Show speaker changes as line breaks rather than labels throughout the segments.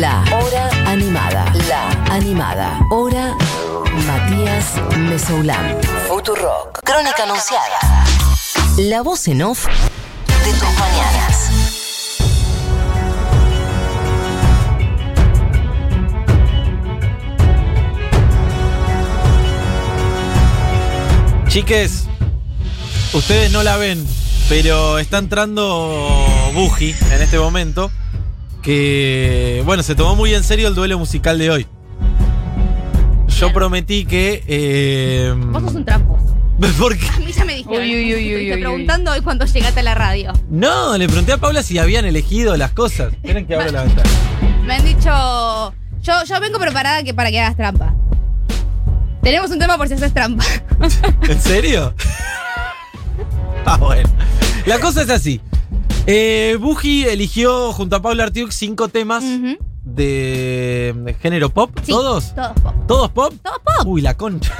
La Hora Animada. La Animada. Hora Matías Mesoulán. Futurock. Crónica Anunciada. La voz en off de tus mañanas.
Chiques, ustedes no la ven, pero está entrando Buji en este momento. Que, bueno, se tomó muy en serio el duelo musical de hoy. Yo
Claro.
prometí que. eh,
Vos sos un tramposo.
¿Por qué?
A mí ya me dijeron.
Uy, uy, uy,
Estuviste
uy, uy, uy.
preguntando hoy cuando llegaste a la radio.
No, le pregunté a Paula si habían elegido las cosas. Esperen que abra la ventana.
Me han dicho. Yo, yo vengo preparada que para que hagas trampa. Tenemos un tema por si haces trampa.
¿En serio? ah, bueno. La cosa es así. Eh, Buji eligió junto a Paula Artiuk cinco temas
Ujú.
de, de género pop.
Sí,
¿Todos?
Todos pop.
¿Todos pop?
Todos pop.
Uy, la concha.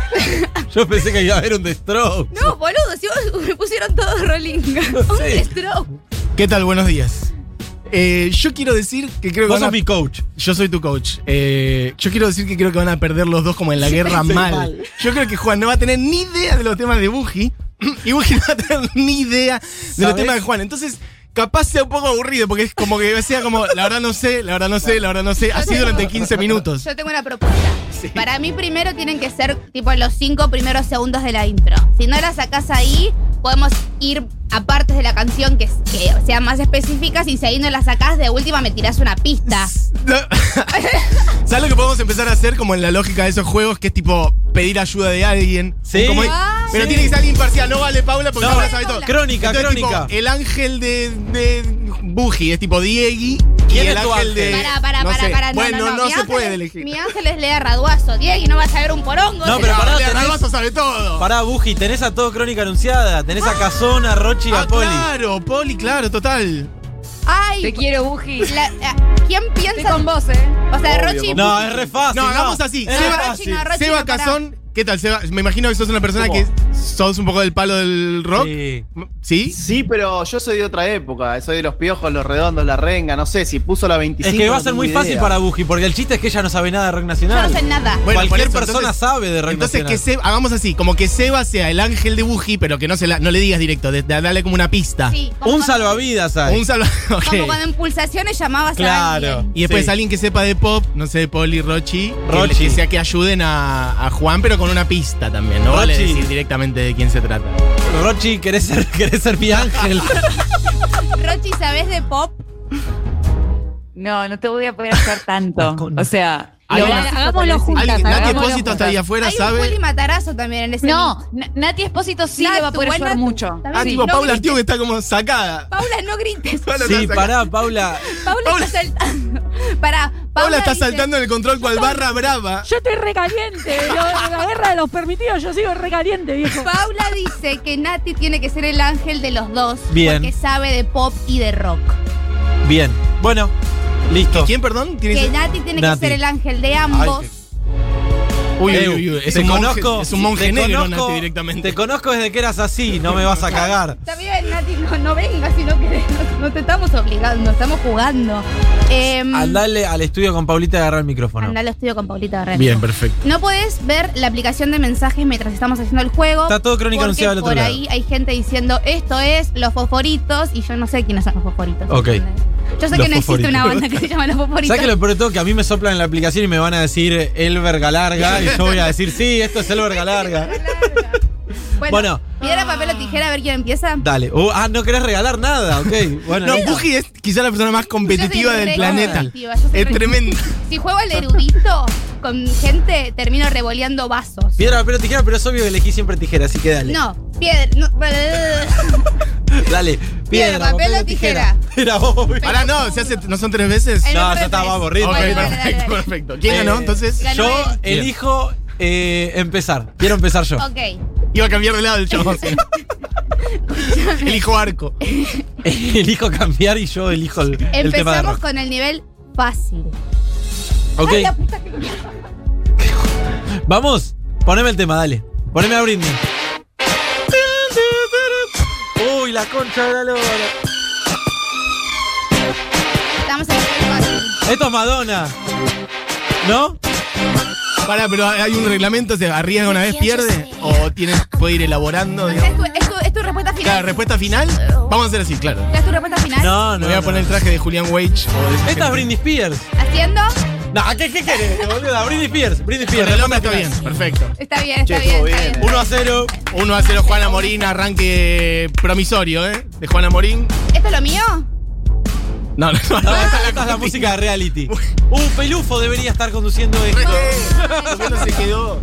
Yo pensé que iba a haber un The Strokes.
No, boludo, si vos me pusieron todos Rolling. Un
sé.
stroke.
¿Qué tal? Buenos días. Eh, yo quiero decir que creo que.
Vos
van a-
sos mi coach.
Yo soy tu coach. Eh, yo quiero decir que creo que van a perder los dos como en la guerra
pensé
mal.
mal.
Yo creo que Juan no va a tener ni idea de los temas de Buji. Y Buji no va a tener ni idea de
¿Sabés?
los temas de Juan. Entonces. Capaz sea un poco aburrido, porque es como que sea como, la verdad no sé, la verdad no sé, la verdad no sé, así durante 15 minutos.
Yo tengo una propuesta.
Sí.
Para mí primero tienen que ser tipo los cinco primeros segundos de la intro. Si no la sacás ahí, podemos ir a partes de la canción que, que sean más específicas y si ahí no la sacás, de última me tirás una pista.
No. ¿Sabes lo que podemos empezar a hacer como en la lógica de esos juegos? Que es tipo pedir ayuda de alguien.
Sí.
Como-
Ah,
pero
sí.
tiene que ser alguien parcial, no vale Paula porque
No,
no, la sabe todo.
Paula.
Crónica,
Entonces, tipo,
crónica.
el ángel de, de Buji es tipo Diegui. Y
¿Quién
el
es tu
ángel de.
ángel?
Pará, pará,
Eh, no
pará,
sé.
pará. No,
Bueno, no,
no, Mi
se
ángel
puede
es-
elegir.
Mi ángel es Lea Raduazo. Diego, no vas a ver un porongo.
No,
se
pero
lo-
pará,
Lea
tenés-
Raduazo sabe todo.
Pará, Buji, tenés a todo Crónica Anunciada. Tenés a Casona, a Rochi y
Ah,
a Poli.
claro, Poli, claro, total.
Ay,
Te quiero, Buji.
la- eh, ¿quién
Estoy
piensa?
con vos, eh.
O sea,
Obvio,
Rochi.
con
No, es re fácil.
No, hagamos así.
Es
Seba-
re fácil.
Rochi, no, Rochi.
Seba
no, pará.
Cazón, ¿qué tal, Seba? Me imagino que sos una persona
¿Cómo?
que sos un poco del palo del rock.
Sí.
¿Sí?
Sí, pero yo soy de otra época. Soy de los piojos, los redondos, la renga. No sé, si puso la 25.
Es que va a
no
ser
tengo
muy
idea.
fácil para Buji, porque el chiste es que ella no sabe nada de rock nacional.
Yo no sé nada.
Bueno, por
Cualquier
eso,
persona
entonces-
sabe de rock
Entonces
nacional.
que Seba- hagamos así, como que Seba sea el ángel de Buji, pero que no se la- no le digas directo, de- de- dale como una pista.
Sí, como
Un
cuando-
salvavidas hay.
Un saludo. ok.
Como cuando en pulsaciones llamabas a
Claro.
alguien.
Y después
Sí.
alguien que sepa de pop, no sé, Poli, Rochi, que-
Rochi.
Que, sea que ayuden a, a Juan, pero con una pista también, ¿no? Vale
Rochi.
decir directamente de quién se trata.
Rochi, ¿querés ser, querés ser mi ángel.
Rochi, ¿sabes de pop?
No, no te voy a poder hacer tanto.
Con-
O sea,
Hay
lo
una-
básico
hagámoslo
parece.
juntas,
¿Alguien, Nati
hagámoslo
Espósito está ahí
juntas.
afuera,
Hay un Juli
sabe?
Matarazo también en ese
No, Na- Nati Espósito sí
Natu,
le va a poder
buen
ayudar
Natu.
mucho.
También.
Ah,
Sí.
tipo
No
Paula
grites.
Artigo que está como sacada.
Paula, no grites.
Paula
Sí,
está
pará, Paula.
Paula,
Paula-
está saltando. Pará, Paula,
Paula está
dice-
saltando en el control cual barra brava.
Yo estoy recaliente. lo- la guerra de los permitidos, yo sigo recaliente, viejo.
Paula dice que Nati tiene que ser el ángel de los dos.
Bien.
Porque sabe de pop y de rock.
Bien. Bueno, listo.
¿Quién, perdón?
Que
¿Tiene
Nati tiene
Nati.
que ser el ángel de ambos.
Uy,
Eh,
uy, uy, uy, Es
te
un monje,
conozco-
es un monje
te
negro,
conozco-
Nati, directamente.
Te conozco desde que eras así, no me vas a cagar.
Está bien, Nati, no, no vengas si no querés. No, no te estamos obligando, estamos jugando.
Mm.
Em,
Andale al estudio con Paulita y agarra el micrófono.
andá al estudio con Paulita Barrera.
Bien, perfecto.
No podés ver la aplicación de mensajes mientras estamos haciendo el juego.
Está todo Crónica
porque
Anunciada al otro
Por
lado.
ahí hay gente diciendo esto es los fosforitos y yo no sé quiénes son los fosforitos.
Ok.
¿entendés? Yo
Los
sé que no existe
Fosforitos.
una banda que se llama los fosforitos.
¿Sabes que lo peor de todo? Que a mí me soplan en la aplicación y me van a decir Elber Galarga y yo voy a decir, sí, esto es Elber Galarga.
Bueno,
Bueno.
piedra, papel o tijera, a ver quién empieza.
Dale. Uh, ah, no querés regalar nada, ok. Bueno,
No,
listo.
Buji es quizá la persona más competitiva
Yo soy
del
re
planeta.
competitiva, yo soy
Es
re-
tremendo.
Si juego al erudito con gente, termino revoleando vasos.
Piedra, papel o tijera, pero es obvio que elegí siempre tijera, así que dale.
No, piedra. no,
Dale. Piedra, papel, o tijera. Era obvio.
Ahora no, se hace, ¿no son tres veces?
En
No,
otro
ya está,
tres.
vamos,
Ok,
ritmo.
Bueno, dale, dale,
perfecto,
dale.
perfecto. ¿Quién ganó
Eh,
entonces?
ganó
Yo
él.
Bien.
elijo eh, empezar. Quiero empezar yo.
Ok.
Iba a cambiar de lado el chavo. Elijo arco.
elijo cambiar y yo elijo el, el tema de
Empezamos
rock.
con el nivel fácil.
Ok.
Ay, la puta que-
Vamos, poneme el tema, dale. Poneme a Britney. Uy, la concha de la lora.
Estamos en el nivel fácil.
Esto es Madonna. ¿No?
Pará, pero hay un reglamento, se arriesga una vez, pierde. O tiene, puede ir elaborando,
Es
digamos.
tu, es tu- es tu respuesta final.
Claro, respuesta final. Vamos a hacer así, claro.
¿Ya es tu respuesta final?
No,
Me
no.
voy a
no.
poner el traje de Julian Wage. o de esa
Esta es
gente.
Britney Spears.
¿Haciendo?
No, ¿qué, qué querés, boluda? Britney Spears, Britney
Con
Spears.
el hombre
respuesta
está bien,
final.
perfecto.
Está bien, está
Che,
bien,
estuvo
está
bien,
bien.
eh.
1 a 0.
1 a 0 Juana Morín, arranque promisorio, ¿eh? De Juana Morín.
eh.
¿Esto es lo mío?
No, no, no.
No,
Ah,
esa
esta
es
es la música de reality.
Uy.
Un pelufo debería estar conduciendo esto.
¿Por qué no se quedó?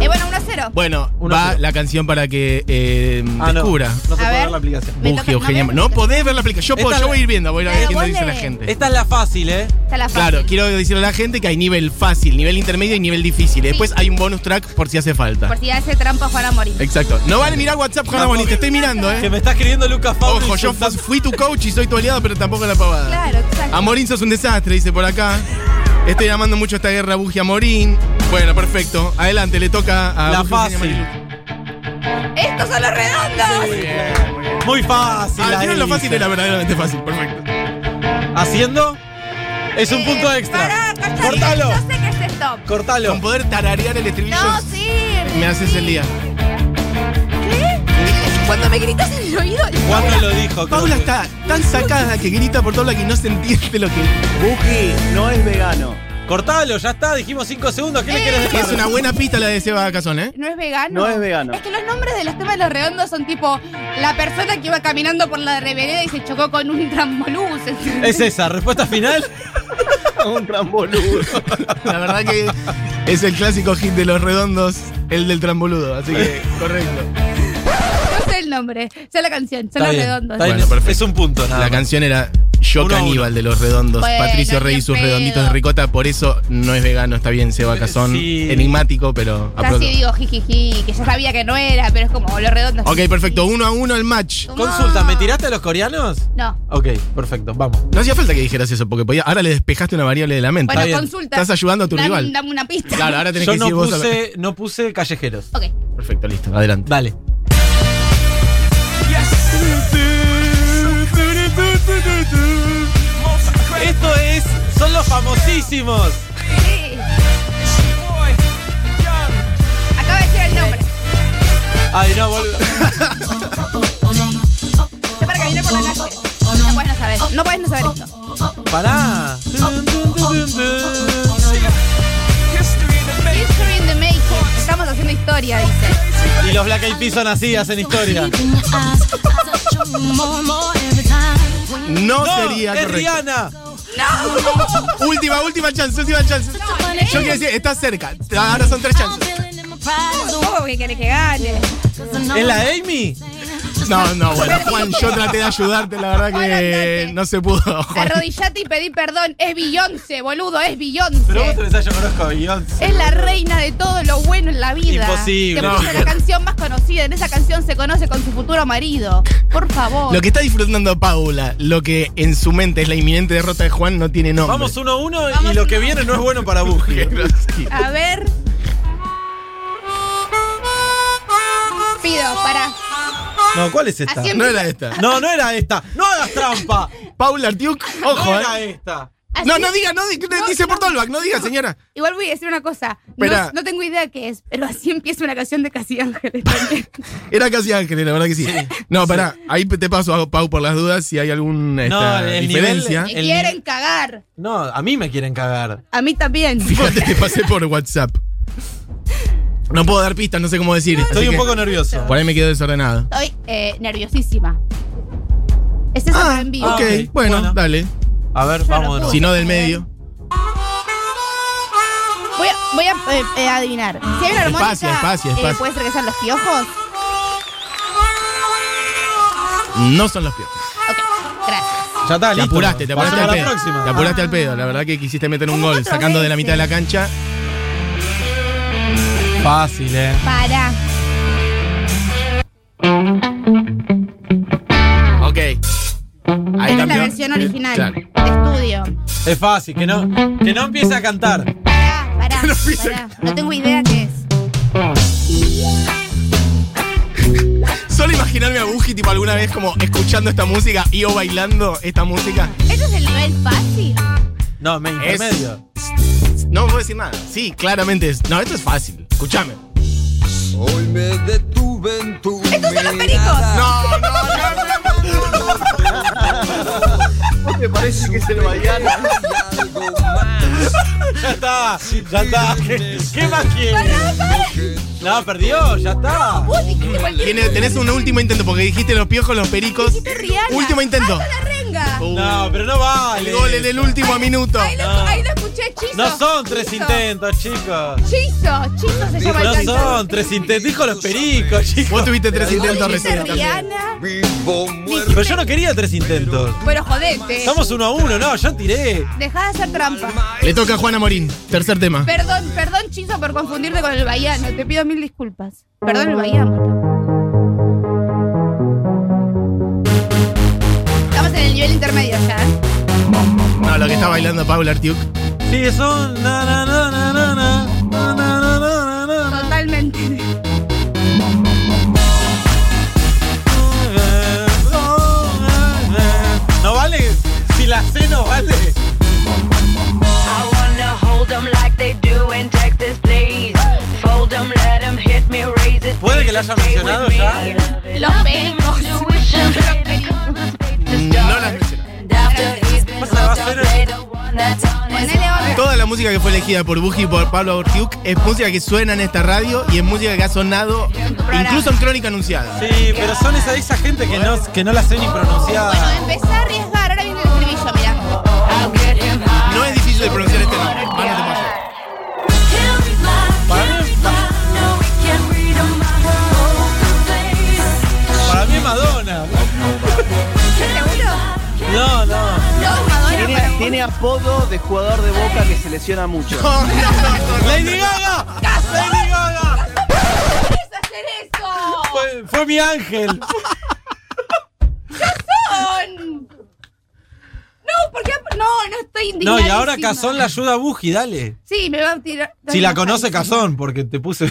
Eh, bueno, 1 a 0.
Bueno,
Uno
va
cero.
la canción para que eh,
Ah, no.
descubra.
No te
A
puedo
ver.
dar la aplicación.
Me
Busque
toca- no
Eugenia.
veo
No,
la
podés ver la aplicación. Yo, puedo,
Esta
yo
la-
voy a ir viendo, voy a ir
Claro,
viendo qué
vos
dice la
lees.
gente.
Esta es la fácil, ¿eh?
Está la fácil.
Claro, quiero decirle a la gente que hay nivel fácil, nivel intermedio y nivel difícil. Después hay un bonus track por si hace
Por
falta.
si hace trampa Juana Morín.
Exacto. No vale mirar WhatsApp, Juana
Tampoco.
Morín, te estoy mirando,
Que
¿eh?
me está escribiendo Lucas Fabio.
Ojo, yo fu- fui tu coach y soy tu aliado, pero tampoco la pavada.
Claro, exacto.
A Morín sos un desastre, dice por acá. Estoy llamando mucho esta guerra Buji a Morín. Bueno, perfecto. Adelante, le toca a
La
Buji Eugenia
fácil.
Mariluz.
¡Estos son los redondos!
Muy fácil.
Ah,
la
tiene lo
Elisa.
fácil era verdaderamente fácil, perfecto.
Haciendo es un
Eh,
punto extra.
pará, cachai,
Cortalo.
Yo sé que es esto.
Cortalo.
Con poder tararear el estribillo
No, sí.
me haces el día.
Cuando me gritas en el oído.
¿Cuándo lo dijo?
Paula
Creo que-
está tan sacada que grita por todo lo que no se entiende lo que
Buki no es vegano.
Cortalo, ya está. Dijimos 5 segundos. ¿Qué le
Eh,
querés
Que
dejar?
es una buena pista la de Seba Cazón, ¿eh?
No es vegano.
No es vegano.
Es que los nombres de los temas de los redondos son tipo la persona que iba caminando por la revereda y se chocó con un tramboluz. ¿entendés?
Es esa. ¿Respuesta final?
un tramboludo.
La verdad que es el clásico hit de los redondos, el del tramboludo, así que correcto.
No sé el nombre. Sé la canción. Son
Está
los
bien,
redondos.
está bien,
Bueno, perfecto.
Es un punto, nada.
La
más.
canción era Yo
Uno a uno.
Caníbal de los Redondos,
Bueno,
Patricio Rey y
qué
sus
pedo.
redonditos de ricota, por eso no es vegano, está bien Seba Cazón,
Sí.
enigmático, pero a
Casi digo jijiji, que ya sabía que no era, pero es como los redondos.
Ok, perfecto, uno a uno el match.
Tomá.
Consulta, ¿me tiraste a los coreanos?
No.
Ok, perfecto, vamos.
No hacía falta que dijeras eso, porque podía- ahora le despejaste una variable de la mente.
Bueno,
bien.
consulta.
Estás ayudando a tu
Dame-
rival.
Dame una pista.
Claro, ahora tenés
Yo
que
no
decir vos. a-
puse, no puse callejeros.
Ok.
Perfecto, listo, adelante.
Dale. Esto es. Son los famosísimos.
Sí. Acaba de decir el nombre.
Ay, no, boludo.
Yo para caminar por la calle. No puedes no saber. No puedes no saber esto.
Pará.
History in the making. Estamos haciendo historia, dice.
Y los Black Eyed Peas son así, hacen historia.
Ah.
No,
No,
sería
es
correcto.
Rihanna.
Última, última chance, última chance.
¿eh?
Yo quiero decir, estás cerca. Ahora son tres chances.
¿Cómo que querés que gane?
¿Es la Amy?
No, no, bueno, Juan, yo traté de ayudarte, la verdad que
Bueno,
no se pudo, Juan.
Arrodillate y pedí perdón. Es Beyoncé, boludo.
Pero
Es
vos
Beyoncé.
pensás, yo conozco a Beyoncce.
Es la reina de todo lo bueno en la vida.
Imposible,
Te puse
chicos.
la canción más conocida. En esa canción se conoce con su futuro marido. Por favor.
Lo que está disfrutando Paula, lo que en su mente es la inminente derrota de Juan, no tiene nombre.
Vamos 1-1 uno, a uno, y
Vamos
lo que
uno a
viene no es bueno para Buji.
A ver. Pido, para.
No, ¿cuál es esta?
Así
No era esta.
No, no era esta. No hagas trampa.
Paula Artiuk,
no
ojo,
era
eh.
esta.
No, no diga, no diga,
No,
dice
no.
por Tolbach, no diga, señora.
Igual voy a decir una cosa.
Esperá.
No, no tengo idea qué es, pero así empieza una canción de Casi Ángeles también.
Era casi Ángeles, la verdad que sí. No, pará, ahí te paso a Pau por las dudas si hay alguna esta,
el nivel-
diferencia.
Me
El-
quieren cagar.
No, a mí me quieren cagar.
A mí también.
Fíjate, te pasé por WhatsApp. No puedo dar pistas, no sé cómo decir. así
Estoy un
que
poco nervioso.
Por ahí me quedo desordenado.
Estoy eh, nerviosísima. Este Es eso
Ah,
por envío.
ok,
Ok,
bueno,
bueno.
dale.
A ver,
Yo no
vamos de nuevo.
pude.
Si no del medio.
Voy a, voy a eh, eh, adivinar. Si hay una armónica,
Espacio, espacio,
eh,
espacio.
¿puede ser que sean los piojos?
No son los piojos.
Ok, gracias.
Ya está,
Te
Ah, listo.
apuraste, te
Pasemos
apuraste al
a la
pedo.
próxima.
Te apuraste al pedo. La verdad que quisiste meter un
Como
gol
cuatro
sacando de la
veces.
mitad de la cancha.
Fácil, eh.
Para.
Ok. Ahí
Esta es la
cambió.
versión original
Claro.
de estudio.
Es fácil, que no, que no empiece a cantar.
Pará, pará, pará. No tengo idea qué es.
Solo imaginarme a Buji tipo alguna vez como escuchando esta música y o bailando esta música.
¿Eso es el nivel fácil?
No, me
Es-
intermedio.
No puedo decir nada. Sí, claramente es. No, esto es fácil. Escúchame.
Hoy me detuve en tu
¡Estos son los pericos!
No, no, no.
¿No te parece que es el baiano?
algo más.
Ya está, ya está. ¿Qué, qué más quieres? No, perdió, ya está.
Vos dijiste cualquier
Tiene- tenés un último intento porque dijiste los piojos, los pericos.
Dijiste Rihanna.
Último intento.
¡Alto la renga!
Uh,
No, pero no vale.
el gol en el último minuto.
Ahí lo,
No.
ahí lo escuché, Chizo.
No son tres
Chizo.
intentos, chicos.
Chizo, Chizo se llama
No
el
son tres intentos. Dijo los pericos,
Vos
chicos.
tuviste tres intentos recién.
Dijiste
también.
Rihanna.
Vivo muerto.
Pero yo no quería tres intentos.
Bueno, jodete.
Estamos uno a uno, no, yo tiré.
Dejá de hacer trampa.
Le toca a Juana Morín. Tercer tema.
Perdón, perdón, Chizo, por confundirte con el baiano. Te pido mil disculpas. Perdón, el baiano. Estamos en el nivel intermedio ya. ¿eh?
No, lo que está bailando Paula Artiuk.
Sí, son. na, na, na, na, na, na, na, na, na, na, na, na.
Totalmente.
No vale. Si la C no vale.
I wanna hold them like they do in Texas, please. Fold them, let them hit me, raise it.
Puede que la haya mencionado ya.
Los pericos.
Mm, No las mencionó.
Ponele otra.
Toda la música que fue elegida por Buji y por Pablo Artiuk es música que suena en esta radio y es música que ha sonado
programa.
incluso en Crónica Anunciada.
Sí, pero son esa, esa gente que no, que no la sé ni
Bueno,
pronunciar.
empezá a arriesgar. Ahora viene el estribillo, mirá.
No es difícil de pronunciar este nombre. Manos de Mayo.
Para mí, para mí es Madonna.
¿Seguro?
No, no.
No, Madonna.
Tiene,
para-
tiene apodo de jugador de boca que se lesiona mucho.
No, no, no, no.
¡Lady Gaga! ¡Lady Gaga!
¡Puedes hacer eso!
Fue, fue mi ángel.
¡Cazón! No, porque no, no estoy indignada.
No, y ahora Cazón la ayuda a Buji, dale.
Sí, me va a tirar.
Si la conoce Cazón, porque te puse.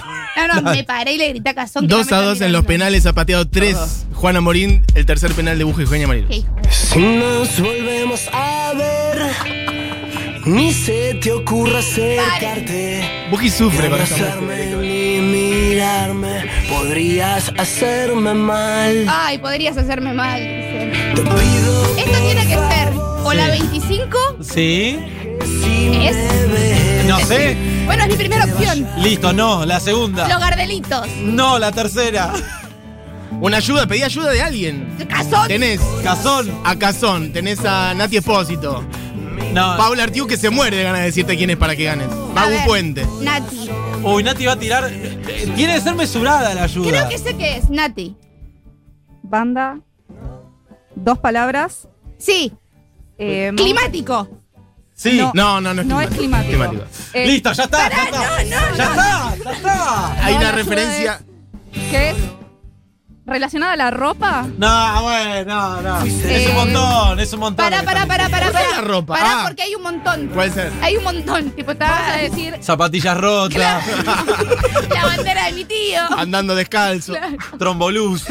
No, no, me paré y le grité a Cazón. que
Dos
no
a
me
dos
está
en los
mirando.
penales ha pateado tres. Juana Morín, el tercer penal de Buji y Eugenia Marín.
¿Qué hijo?
Si nos volvemos a ver, ni se te ocurra acercarte,
Buji sufre con esta música.
abrazarme ni mirarme. Podrías hacerme mal.
Ay, podrías hacerme mal. dice.
Te pido
Esto tiene que ser o la 25
¿Sí?
si me
es.
ves.
No sé.
Bueno, es mi primera opción.
Listo, no. La segunda.
Los gardelitos.
No, la tercera.
Una ayuda, pedí ayuda de alguien.
Cazón.
Tenés
Cazón.
a Cazón, tenés a Nati Espósito,
No.
Paula Artiu que se muere de ganas de decirte quién es para que ganes.
A
Magu
ver,
Puente.
Nati.
Uy, Nati va a tirar. Tiene que ser mesurada la ayuda.
Creo que sé qué es, Nati.
Banda. Dos palabras.
Sí,
eh,
climático.
Sí.
No.
No, no, no es
No es climático. Eh,
Listo, ya está. Ya está. Ya está. Ya está.
Hay
No,
una
la
referencia.
¿Qué es? ¿Relacionada a la ropa?
No, bueno, no, no. Es
Eh,
un montón, es un montón.
Pará, pará, pará, pará,
¿Por qué
pará.
la ropa?
Pará,
Ah.
porque hay un montón.
¿Cuál es?
Hay un montón. Tipo, te vas a decir
Zapatillas rotas,
la bandera de mi tío.
Andando descalzo.
tromboluz.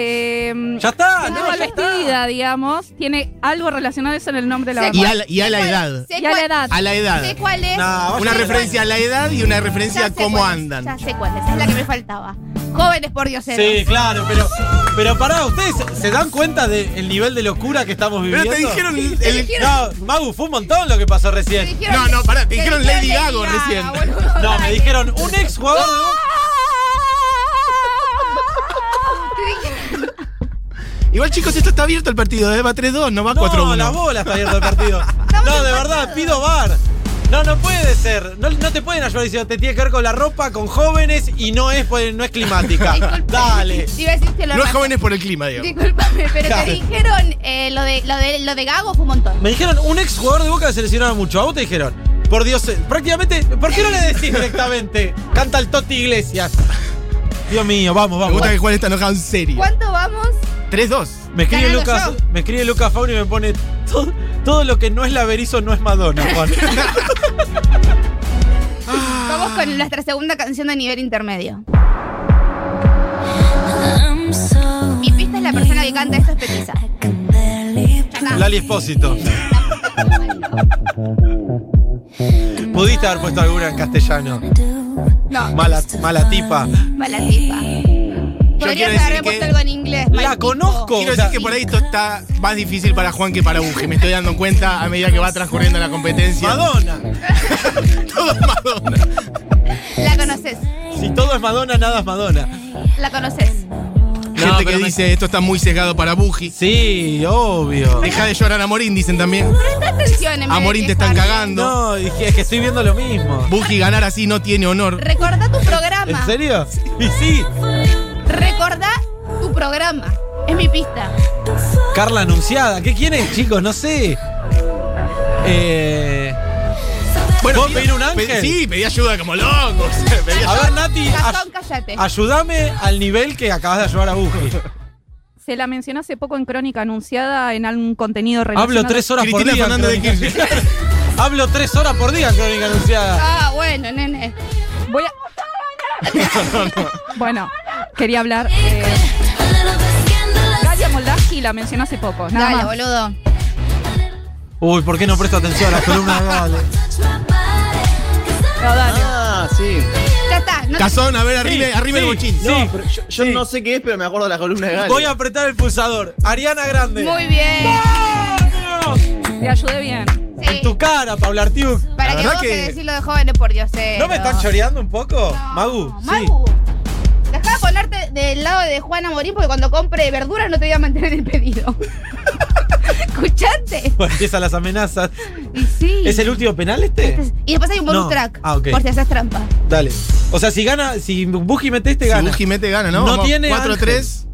Eh,
Ya está,
está
no,
mal
ya está.
vestida, digamos. Tiene algo relacionado a eso en el nombre de
Sí.
la
Y
banda.
a, la, y a la edad.
Sé
Y a la
cuál-
edad.
A la edad.
Sé cuál es.
No, vos
Una
ya-
referencia a la edad y una referencia a
sé
cómo
cuál es,
andan.
Ya sé cuál es. Es la que me faltaba. Jóvenes por Dios.
Sí, claro, pero, pero pará, ¿ustedes se- se dan cuenta del nivel de locura que estamos
Pero
viviendo?
te dijeron.
te
el-
dijeron-
No, Magu, fue un montón lo que pasó recién.
No, no, pará, te dijeron Lady Gaga recién.
No, me dijeron un ex jugador de Boca.
Igual, chicos, esto está abierto el partido, ¿eh? Va 3-2, no va
No,
4-1.
las bolas está abierto el partido. No, de verdad, pido bar. No, no puede ser. No, no te pueden ayudar diciendo, te tiene que ver con la ropa, con jóvenes y no es, por- no es climática. Dale.
Si iba a decirte lo
no es
más-
jóvenes por el clima, digo.
Disculpame, pero
Claro.
te dijeron eh, lo, de, lo, de, lo de Gago fue un montón.
Me dijeron, un ex jugador de Boca que se lesionaba mucho. A vos te dijeron, por Dios, eh, prácticamente, ¿por qué no le decís directamente? Canta el Toti Iglesias. Dios mío, vamos,
Me
vamos.
gusta que Juan está enojado en serio.
¿Cuánto vamos?
3-2.
Me escribe
Ganando
Lucas, me escribe Lucas Fauni y me pone todo, todo lo que no es laberizo no es Madonna, Juan.
Vamos con nuestra segunda canción de nivel intermedio. Mi pista es la persona que canta esto es petiza.
Lali Espósito. Pudiste haber puesto alguna en castellano.
No.
Mala, mala tipa.
Mala tipa.
quiero
Podrías
decir
haber
que-
puesto algo en inglés.
La conozco.
Quiero
o sea,
decir que por ahí esto está más difícil para Juan que para Uge. Me estoy dando cuenta a medida que va transcurriendo la competencia.
Madonna.
Todo Madonna.
La conoces.
Si todo es Madonna, nada es Madonna.
La conoces.
Gente que dice esto está muy sesgado para Buji.
Sí, obvio.
Deja de llorar a Morín, dicen también.
Presta atención en vez
A
de
Morín te están
quejarte.
cagando.
No, dije, es que estoy viendo lo mismo.
Buji ganar así no tiene honor.
Recordá tu programa.
¿En serio? Y sí.
Recordá tu programa. Es mi pista.
Carla Anunciada. ¿Qué quieren, chicos? No sé. Eh, ¿Puedo pedir un ángel?
Pe- Sí, pedí ayuda como locos. Pedí
A
ayuda.
ver, Nati,
Gastón,
ay-
cállate.
ayúdame al nivel que acabas de ayudar a Buji.
Se la mencionó hace poco en Crónica Anunciada en algún contenido relacionado.
Hablo tres horas por
Cristina
día.
Fernández de
Crónica.
Kirchner.
Hablo tres horas por día, Crónica Anunciada.
Ah, bueno, nene.
Voy a- Bueno, quería hablar. eh, Galia Moldavsky la mencionó hace poco. Nada
Dale,
más.
boludo.
Uy, ¿por qué no presto atención a la columna de Gale?
No, dale.
Ah, sí.
Ya está. No,
Cazón, a ver, arriba, arriba el
sí,
bochín.
sí.
Pero Yo, yo no sé qué es, pero me acuerdo de la columna de Gale.
Voy a apretar el pulsador. Ariana Grande.
muy bien.
¡Vamos!
Te ayudé bien.
Sí.
En tu cara, Paula Artiuk.
Para
La
que
verdad
vos que decís lo de jóvenes por Dios. eh.
¿No me están choreando un poco? Magu.
Magu. Dejá de ponerte del lado de Juana Morín porque cuando compre verduras no te voy a mantener el pedido. ¿Escuchaste?
Sí. Empiezan las amenazas.
Y sí.
¿Es el último penal este?
Y después hay un bonus
No.
track.
Ah, ok.
Por si haces trampa.
Dale. O sea, si gana, si Buji mete este,
Si
gana.
Buji mete gana, ¿no?
No
Vamos,
tiene
4-3.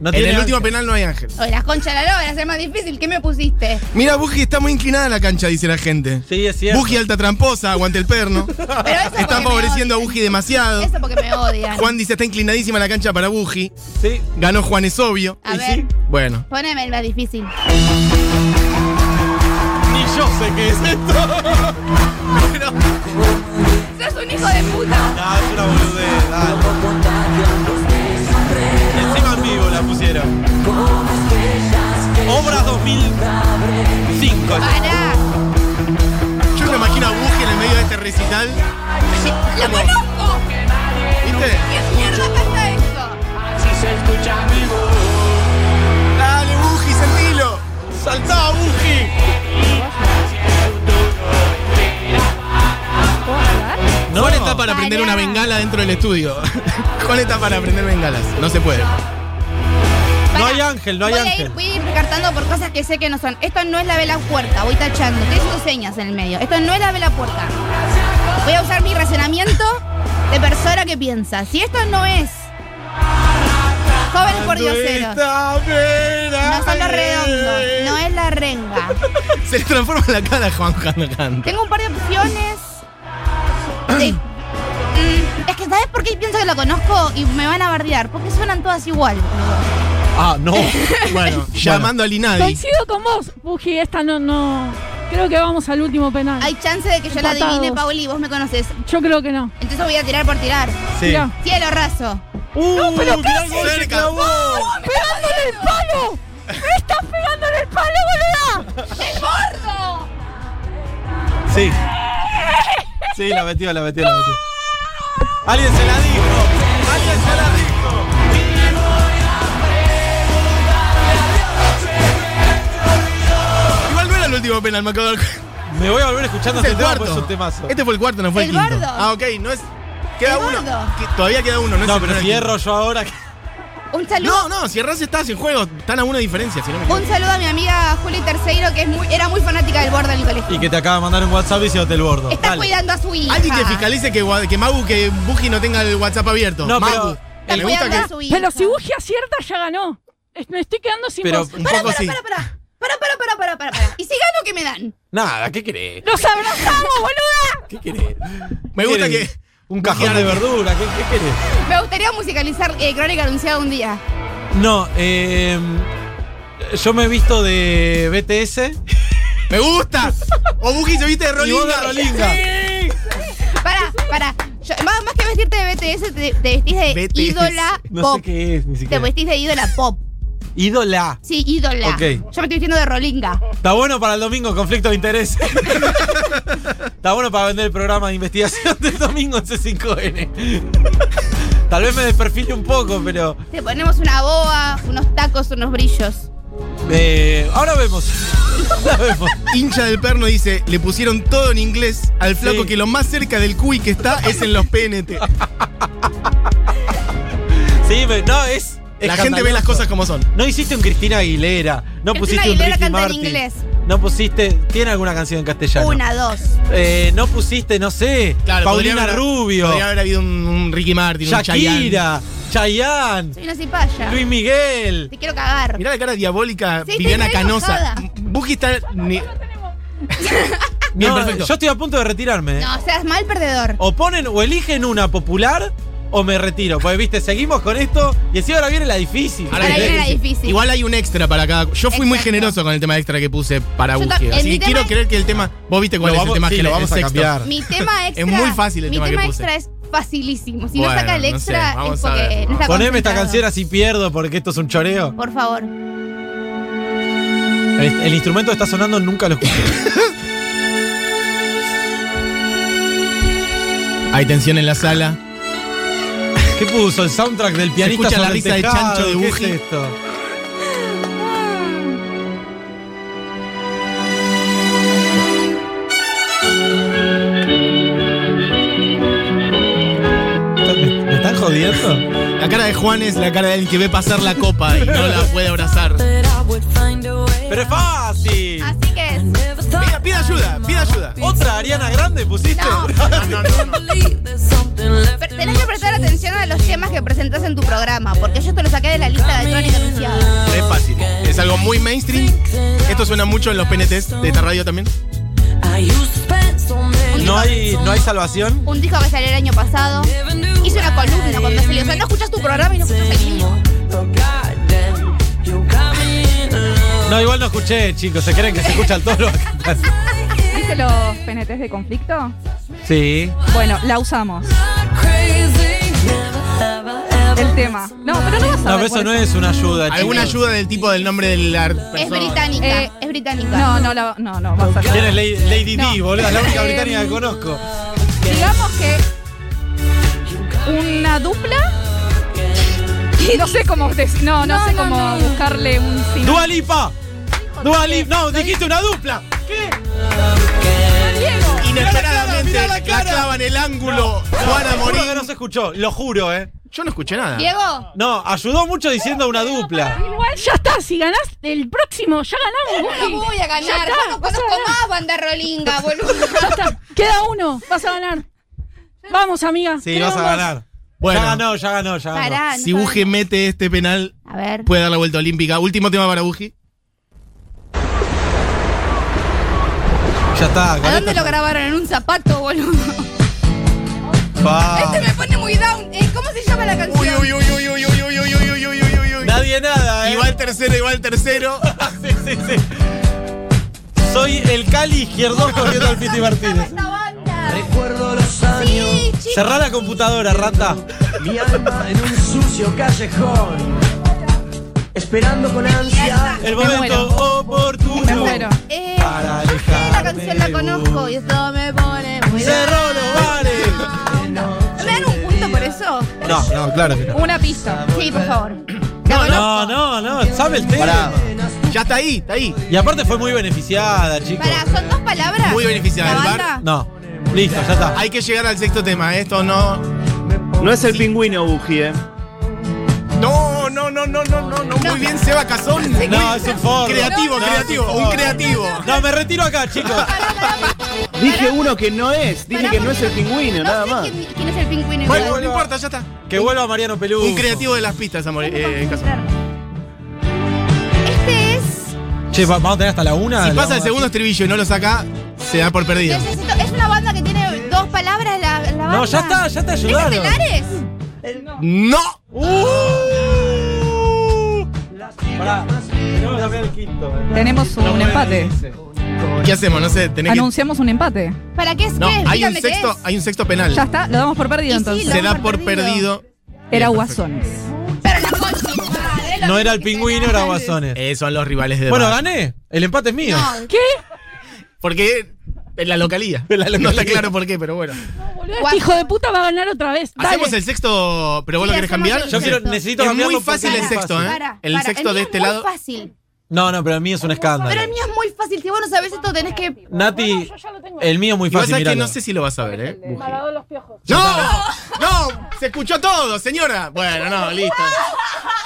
No
En
tiene
el
ángel.
último penal no hay ángel.
O las conchas de la loba, es el más difícil. ¿Qué me pusiste?
Mira, Buji está muy inclinada la cancha, dice la gente.
Sí, es cierto.
Buji alta tramposa, aguante el perno.
Pero eso porque
Está
me
favoreciendo a Buji demasiado.
odian. Eso porque me odian.
Juan dice, está inclinadísima la cancha para Buji.
Sí.
Ganó Juan, es obvio.
A
Y
ver,
sí.
Bueno.
poneme el más difícil.
Ni yo sé qué es esto.
¡Sos un hijo de puta!
No, es una boludez, dale. Encima en vivo la pusieron. Obras 2005.
Pará.
Yo me imagino a Buji en el medio de este recital.
¡La conozco!
¿Viste?
¿Qué mierda pasa eso?
Dale, Buji, sentilo.
¡Saltá, Buji! No.
Juan está para prender
Pará.
una bengala dentro del estudio. Juan está para prender bengalas. No se puede.
No hay ángel, no hay
voy A
ángel.
ir, voy a ir descartando por cosas que sé que no son. Esto no es la vela puerta, voy tachando. Estoy haciendo señas en el medio. Esto no es la vela puerta. Voy a usar mi razonamiento de persona que piensa. Si esto no es. Jóvenes por dioseros. No son los redondos, no es la renga.
Se le transforma la cara a Juan cuando canta.
Tengo un par de opciones. Sí. Mm, es que ¿sabes por qué pienso que lo conozco y me van a bardear? Porque suenan todas igual.
Ah, no.
Bueno, llamando al Inadi.
Coincido con vos, Buji, esta no, no. Creo que vamos al último penal.
Hay chance de que yo la
Empatados.
adivine, Pauli, vos me conoces.
Yo creo que no.
Entonces voy a tirar por tirar.
Sí.
Mirá.
Cielo raso.
Uh, mirá el gol que
Cerca.
clavó.
¡Pegándole el palo! ¡Me estás pegándole el palo, boluda!
¡El gordo!
Sí. Sí, la metió, la metió, la metió. Alguien se la dijo. Alguien se la dijo.
Igual no era el último penal, me acabo de dar cuenta.
Me voy a volver escuchando
Este
este
es
tema
el
porque es
cuarto.
un temazo.
Este fue el cuarto, no fue el,
El
quinto.
gordo.
Ah, ok, no es. Queda
El
uno.
gordo.
Que- todavía queda uno, no, es
No,
el
pero
primer
si erro yo ahora.
Un
quinto.
saludo.
No, no, si erras estás en juego, están a una diferencia, si no me
Un
equivoco.
saludo a mi amiga Juli Terceiro, que es muy, era muy fanática del bordo en el colegio.
Y que te acaba de mandar un WhatsApp diciéndote el bordo.
Está
Dale.
cuidando a su hija.
Alguien que fiscalice que, Gua- que Magu, que Buji no tenga el WhatsApp abierto.
No,
Magu.
pero-
Está
Me gusta
cuidando
que.
a su hija.
Pero si Buji acierta, ya ganó. Es- Me estoy quedando sin
Pero-
voz.
Un
Para,
poco
para,
sí.
para, para. Para, para, para, para, para, para. ¿Y si gano qué me dan?
Nada, ¿qué querés?
¡Nos abrazamos, boluda!
¿Qué querés?
Me gusta
¿Querés
que-
Un cajón de verdura, ¿qué, qué querés?
Me gustaría musicalizar eh, Crónica Anunciada un día.
No, eh, yo me he visto de BTS.
¡Me gusta! O Buji se viste de
Y vos de
Rolinga.
Rolinga.
Para, para. Yo- más, más que vestirte de BTS, te, te vestís de
BTS.
ídola
No
pop.
sé qué es, ni
Te
siquiera.
vestís de ídola pop.
Ídola.
Sí, ídola.
Ok.
Yo me estoy diciendo de Rolinga.
Está bueno para el domingo, conflicto de interés. Está bueno para vender el programa de investigación del domingo en C5N. Tal vez me desperfile un poco, pero.
Te ponemos una boa, unos tacos, unos brillos.
eh, ahora vemos. Ahora vemos.
Hincha del perno dice, le pusieron todo en inglés al flaco
Sí.
que lo más cerca del cuy que está es en los PNT.
Sí, me- no, es. es
La gente ve las
escandaloso.
cosas como son.
No hiciste un Cristina Aguilera. No
Cristina
pusiste
Aguilera
un Ricky
canta en
Martin.
inglés.
No pusiste. ¿Tiene alguna canción en castellano?
Una, dos.
Eh, no pusiste, no sé.
podría
Paulina
haber-
Rubio.
Podría haber habido un, un Ricky Martin, un Chayanne.
Shakira. Chayanne.
Soy una cipaya.
Luis Miguel.
Te quiero cagar.
Mirá la cara diabólica,
Sí, estoy
Viviana
re
Canosa.
enojada.
Buki está... ni- Bien,
No,
perfecto.
yo estoy a punto de retirarme. eh.
No, seas mal perdedor.
Oh.
O ponen o eligen una popular o me retiro. Porque, viste, seguimos con esto y encima ahora viene la difícil.
Ahora
que-
viene la difícil.
Igual hay un extra para cada. Yo fui muy
Exacto.
generoso con el tema extra que puse para
Yo tam-
búsqueda.
en
Así
mi
que
tema-
quiero creer que el tema. Vos viste cuál
Lo
es
vamos-
el tema
sí,
que
lo
el
vamos a
sexto.
cambiar.
Mi tema extra.
Es muy fácil el
mi
tema que puse.
extra es facilísimo. Si
Bueno,
no saca el
no sé,
extra, es
vamos a
porque
ver.
no está
Poneme esta
concentrado.
canción así pierdo porque esto es un choreo.
Por favor.
El, el instrumento está sonando, nunca lo escuché.
Hay tensión en la sala.
¿Qué puso? El soundtrack del pianista
escucha la
sobre el
risa de
tejado.
chancho de
¿Qué
Buji.
es esto? ¿Me, me están jodiendo?
La cara de Juan es la cara de alguien que ve pasar la copa y no la puede abrazar.
¡Pero es fácil!
Así que es.
Pida, pida ayuda, pida ayuda.
¿Otra Ariana Grande pusiste?
No. Pero tenés que prestar atención a los temas que presentás en tu programa, porque yo te lo saqué de la lista de crónica anunciada.
Es fácil. Es algo muy mainstream. Esto suena mucho en los PNTs de esta radio también.
¿No hay, ¿No hay salvación?
Un disco que salió el año pasado. Hice una columna cuando salió. O sea, no escuchás tu programa y no escuchás el mío.
No, igual no escuché, chicos. ¿Se creen que se escuchan todos los cantantes?
¿Viste los PNTs de conflicto?
Sí.
Bueno, la usamos. El tema. No, pero no vas a
No,
ver
pero
por
eso no es una ayuda, chicos.
¿Alguna ayuda del tipo del nombre del arte?
Es británica.
Eh,
es británica.
No, no, la- no, no, vas a
¿Quién es Lady, Lady
No.
D, boludo? La única
Eh,
británica que conozco.
Digamos que una dupla. No sé cómo des- no, no, sé cómo buscarle un sin-
¡Dua Lipa! ¡Dua Lipa! ¡No, dijiste una dupla! ¿Qué?
Inesperadamente
Mirá
la,
la cara, mirá la cara.
clava en el ángulo. Juan a
Te juro que
morir.
no se escuchó, lo juro, ¿eh?
Yo no escuché nada.
Diego,
No, ayudó mucho diciendo una dupla.
Igual ya está, si ganás el próximo, ya ganamos.
no
Guti.
voy a
Ya
ganar.
está,
Yo no
vas a
conozco
ganar.
más banda rolinga, boludo.
Ya está, queda uno, vas a ganar. Vamos, amiga.
Sí,
creo
vas a
en vos.
ganar.
Bueno.
Ya ganó, ya ganó, ya ganó.
Pará.
Si Buji mete este penal,
A ver.
puede dar la vuelta olímpica. Último tema para Buji.
Ya está,
¿A dónde lo grabaron? En un zapato, boludo. Este me pone muy down. Eh, ¿Cómo se llama la
Uy,
canción?
uy, uy, uy, uy, uy, uy, uy, uy, uy, uy, uy, uy.
Nadie nada, ¿eh?
Y va el tercero, y va el tercero.
sí, sí, sí. Soy el Cali izquierdo corriendo al Piti Martínez.
Esta banda.
Recuerdo los años,
Sí, chicos.
Cerrá la computadora, rata.
mi alma en un sucio callejón. Esperando con ansia.
El
Me
momento
muero. Me
oportuno.
muero.
Eh,
Para
yo sé, esta
alejarme
canción la
de
conozco
vos.
y esto me pone muy
Cerró los bares.
¿Me dan un punto por eso?
No, no, claro que no.
Una pista.
Sí, por favor.
No,
No, no, no, sabe el tema.
Pará.
Ya está ahí, está ahí.
Y aparte fue muy beneficiada, chicos.
Pará, ¿son dos palabras?
Muy beneficiada,
¿La
el bar.
banda?
No, listo, ya está.
Hay que llegar al sexto tema. Esto no.
No es el pingüino, Buji, eh.
No, no, no, no, no, no, no. Muy bien, Seba Cazón.
No, es un forro.
Creativo,
No,
creativo,
es
un
forro.
creativo.
No, me retiro acá, chicos.
Dije uno que no es. Dije
Pará,
que no
porque
es el pingüino,
no
nada
sé
más.
Quién, quién es el pingüino?
Bueno,
igual.
no importa, ya está.
Que vuelva Mariano Pelú.
Un creativo de las pistas, amor. eh, en caso.
Este es.
Che, va- vamos a tener hasta la una.
Si
la
pasa el
vamos a-
segundo estribillo y no lo saca, se da por perdido.
Necesito, es una banda que tiene dos palabras la, la banda.
No, ya está, ya te
¿Es
ayudaron.
Estelares?
¡No!
Uh. Pará, tenemos que cambiar el quinto. eh.
Tenemos un empate.
¿Qué hacemos? No sé, tenés que.
Anunciamos un empate.
¿Para qué es
No,
qué? es?
hay un
Dígame qué
sexto,
es.
hay un sexto penal.
Ya está, lo damos por
Y
perdido
sí,
entonces.
Se
lo
da por
perdido.
perdido.
Era
Bien, perfecto.
Guasones.
Pero la concha de tu madre,
era, no era el pingüino, era Guasones.
Eh, son los rivales de
Bueno,
Bad.
gané. El empate es mío.
¿Qué?
Porque en la localía.
En la localía.
No está claro por qué, pero bueno.
Boludo, este hijo de puta va a ganar otra vez. Dale.
Hacemos el sexto, pero vos
Sí,
lo querés
hacemos
cambiar.
el
Yo quiero,
Perfecto.
necesito
Es
cambiarlo
muy fácil
porque
el
es
sexto, ¿eh? El
para.
sexto de
mío
este
es muy
lado.
fácil.
No, no, pero el mío es un escándalo.
Pero el mío es muy fácil. Si vos no sabés esto, tenés que.
Nati, el mío es muy
Y vas
fácil.
a que
míralo.
no sé si lo vas a ver, ¿eh?
Maradó los piojos.
¡No! ¡No! ¡Se escuchó todo, señora! Bueno, no, listo.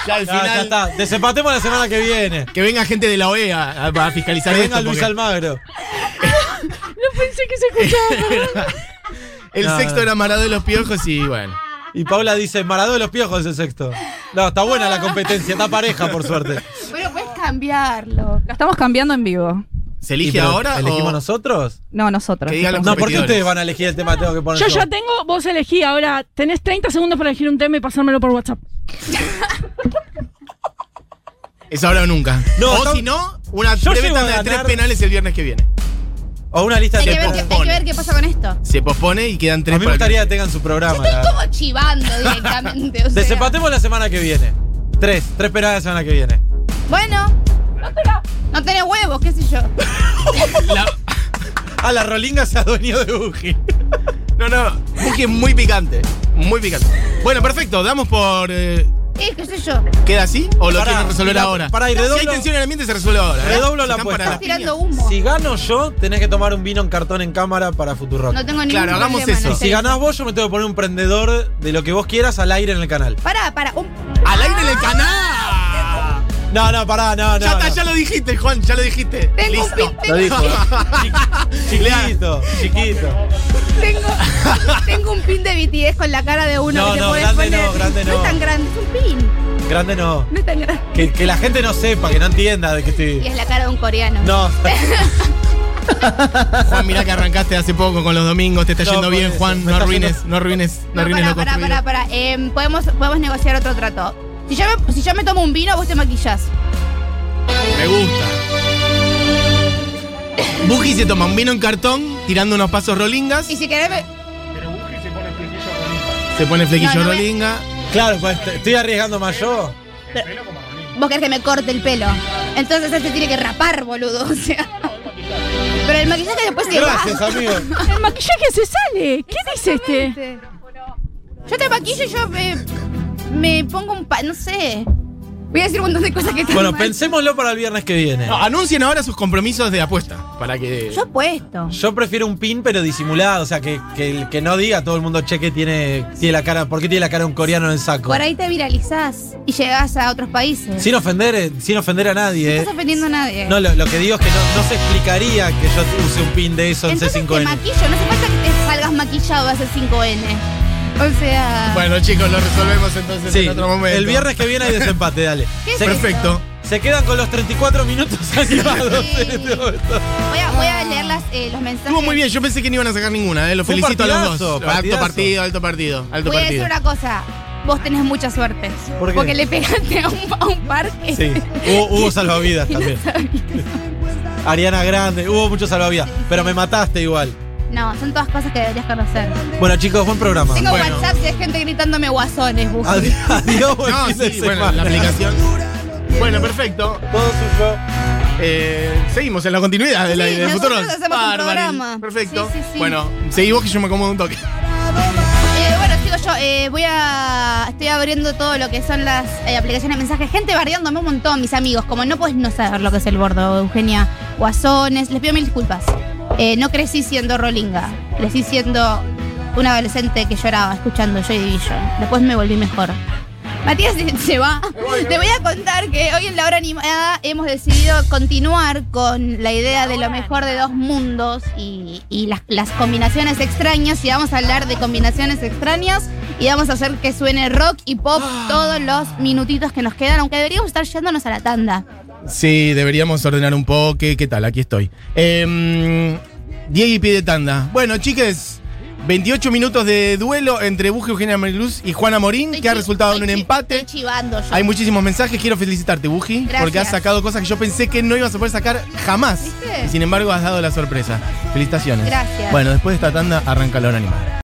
Ya al
Ya, ya
final.
está. Desempatemos la semana que viene.
Que venga gente de la OEA a- a
Que
fiscalizar
venga
esto,
Luis
porque-
Almagro.
No pensé que se escuchaba.
El
No,
sexto
no.
era Marado de los Piojos y bueno.
Y Paula dice, Maradó de los Piojos es el sexto. No, está buena la competencia, está pareja, por suerte.
Pero puedes cambiarlo.
Lo estamos cambiando en vivo.
¿Se
¿Y
elige
pero,
ahora?
¿Elegimos
o-
nosotros?
No, nosotros.
Que digan los
No, ¿por qué
competidores?
ustedes van a elegir el tema? Tengo que poner
Yo ya tengo, vos elegí ahora. Tenés 30 segundos para elegir un tema y pasármelo por WhatsApp.
Es ahora o nunca.
No,
o
está-
si no, una
Yo
breve
llego a
tanda de tres
ganar.
penales el viernes que viene.
O una lista
Hay
de
que, ver qué, hay que ver qué pasa con esto.
Se pospone y quedan tres
A mí me
para el
gustaría que tengan su programa. la
Estoy
verdad.
como chivando directamente. o sea.
Desempatemos la semana que viene. Tres, tres peladas la semana que viene.
Bueno. No tenés huevos, qué sé yo.
Ah, la Rolinga se adueñó de Uji.
No, no, Buki es muy picante. Muy picante. Bueno, perfecto, damos por. eh,
Eh, qué sé yo.
¿Queda así? ¿O lo
Pará,
quieren resolver
mira,
ahora?
pará, y
Si hay
redoblo-
tensión en el ambiente, se resuelve ahora. ¿eh?
redoblo
Si
la
están para
apuesta.
las
Estás tirando
piñas.
humo.
Si gano yo, tenés que tomar un vino en cartón en cámara para Futurock.
No tengo ningún
Claro, hagamos
problema en
eso.
Y
hacer
si ganás vos, yo me tengo que poner un prendedor de lo que vos quieras al aire en el canal.
Pará, pará. un- Ah,
¡Al aire del canal!
No, no, pará, no, no.
ya está,
no.
ya lo dijiste, Juan, ya lo dijiste.
Tengo un
Listo.
pin-
Lo dijo.
Chiquito, chiquito.
Tengo, tengo un pin de BTS con la cara de uno
No,
que te
no,
podés
grande
poner.
no, grande
es
no.
tan grande, es un pin.
Grande no.
No es tan grande.
Que, que la gente no sepa, que no entienda de que
Y
estoy.
es la cara de un coreano.
No,
Juan, mirá que arrancaste hace poco con los domingos, te está
No,
yendo
por
bien,
eso,
Juan.
me
No
está
arruines,
yendo-
no arruines, no
No,
arruines
pará,
lo
pará,
construido.
pará, pará. Em, podemos, podemos negociar otro trato. Si yo, me, si yo me tomo un vino, vos te maquillás.
Me gusta. Buki se toma un vino en cartón, tirando unos pasos rolingas.
Y si querés, me-
Se pone flequillo
No, no me-
rolinga.
claro, pues, te- estoy arriesgando más yo.
vos querés que me corte el pelo. Entonces él se tiene que rapar, boludo. O sea. Pero el maquillaje después se
Gracias,
va.
amigo.
El
é
maquillaje se sale. ¿Qué dice este?
Yo te maquillo y yo me, me pongo un pa... No sé. Voy a decir un montón de cosas que están
Bueno,
mal.
pensémoslo para el viernes que viene.
No, anuncien ahora sus compromisos de apuesta. Para que.
Yo puesto.
Yo prefiero un pin, pero disimulado. O sea, que, que el que no diga todo el mundo cheque tiene, tiene la cara. ¿Por qué tiene la cara un coreano en el saco?
Por ahí te viralizás y llegás a otros países.
Sin ofender, eh, sin ofender a nadie.
No
eh.
estás ofendiendo a nadie.
No, lo, lo que digo es que no, no se explicaría que yo use un pin de eso en
Entonces te
C5N.
maquillo, no hace falta que te salgas maquillado a hacer 5N. O sea.
Bueno, chicos, lo resolvemos entonces
Sí,
en otro momento.
el viernes que viene hay desempate, dale.
¿Qué
Se,
es eso?
Perfecto.
se quedan con los 34 minutos animados. en este momento.
Voy, a, voy a leer las, eh, los mensajes.
Estuvo muy bien, yo pensé que no iban a sacar ninguna, eh. Lo
Fue un
felicito a los
partidazo,
dos.
partidazo.
Alto partido, alto partido, alto
Voy a decir
partido.
una cosa. Vos tenés mucha suerte.
¿Por qué?
Porque le pegaste a un, a un parque.
Sí, hubo, hubo salvavidas también. Ariana Grande, hubo muchos salvavidas, pero me mataste igual.
No, son todas cosas que deberías conocer.
Bueno, chicos, buen programa.
Tengo
bueno. Ah,
WhatsApp si hay gente gritándome guasones, Buki.
Adiós, adiós, buen
No,
fin de
sí, bueno, la
semana.
aplicación. Bueno, perfecto.
Todo suyo.
Eh, seguimos en la continuidad de la
Sí,
idea de
nosotros
Futuros.
hacemos un
Barbaril.
programa.
Perfecto.
Sí, sí, sí.
Bueno, seguimos que yo me como un toque.
Eh, bueno, sigo yo. Eh, voy a. Estoy abriendo todo lo que son las eh, aplicaciones de mensajes. Gente bardeándome un montón, mis amigos. Como no puedes no saber lo que es el bordo, Eugenia. Guasones. Les pido mil disculpas. Eh, no crecí siendo Rolinga. Crecí siendo una adolescente que lloraba escuchando Joy Division. Después me volví mejor. Matías se- se va. Te voy a contar que hoy en la hora animada hemos decidido continuar con la idea de lo mejor de dos mundos y, y las, las combinaciones extrañas. Y vamos a hablar de combinaciones extrañas y vamos a hacer que suene rock y pop
Ah.
todos los minutitos que nos quedan, aunque deberíamos estar yéndonos a la tanda.
Sí, deberíamos ordenar un poco. ¿Qué, qué tal? Aquí estoy. Eh, Diego pide tanda. Bueno, chiques, 28 minutos de duelo entre Buji Eugenia Mariluz y Juana Morín,
Estoy
que ha
chi-
resultado en
estoy
un
chi-
empate.
Estoy chivando yo.
Hay muchísimos mensajes. Quiero felicitarte, Buji,
Gracias.
porque has sacado cosas que yo pensé que no ibas a poder sacar jamás.
¿Viste?
Y sin embargo, has dado la sorpresa. Felicitaciones.
Gracias.
Bueno, después de esta tanda, arranca la hora animada.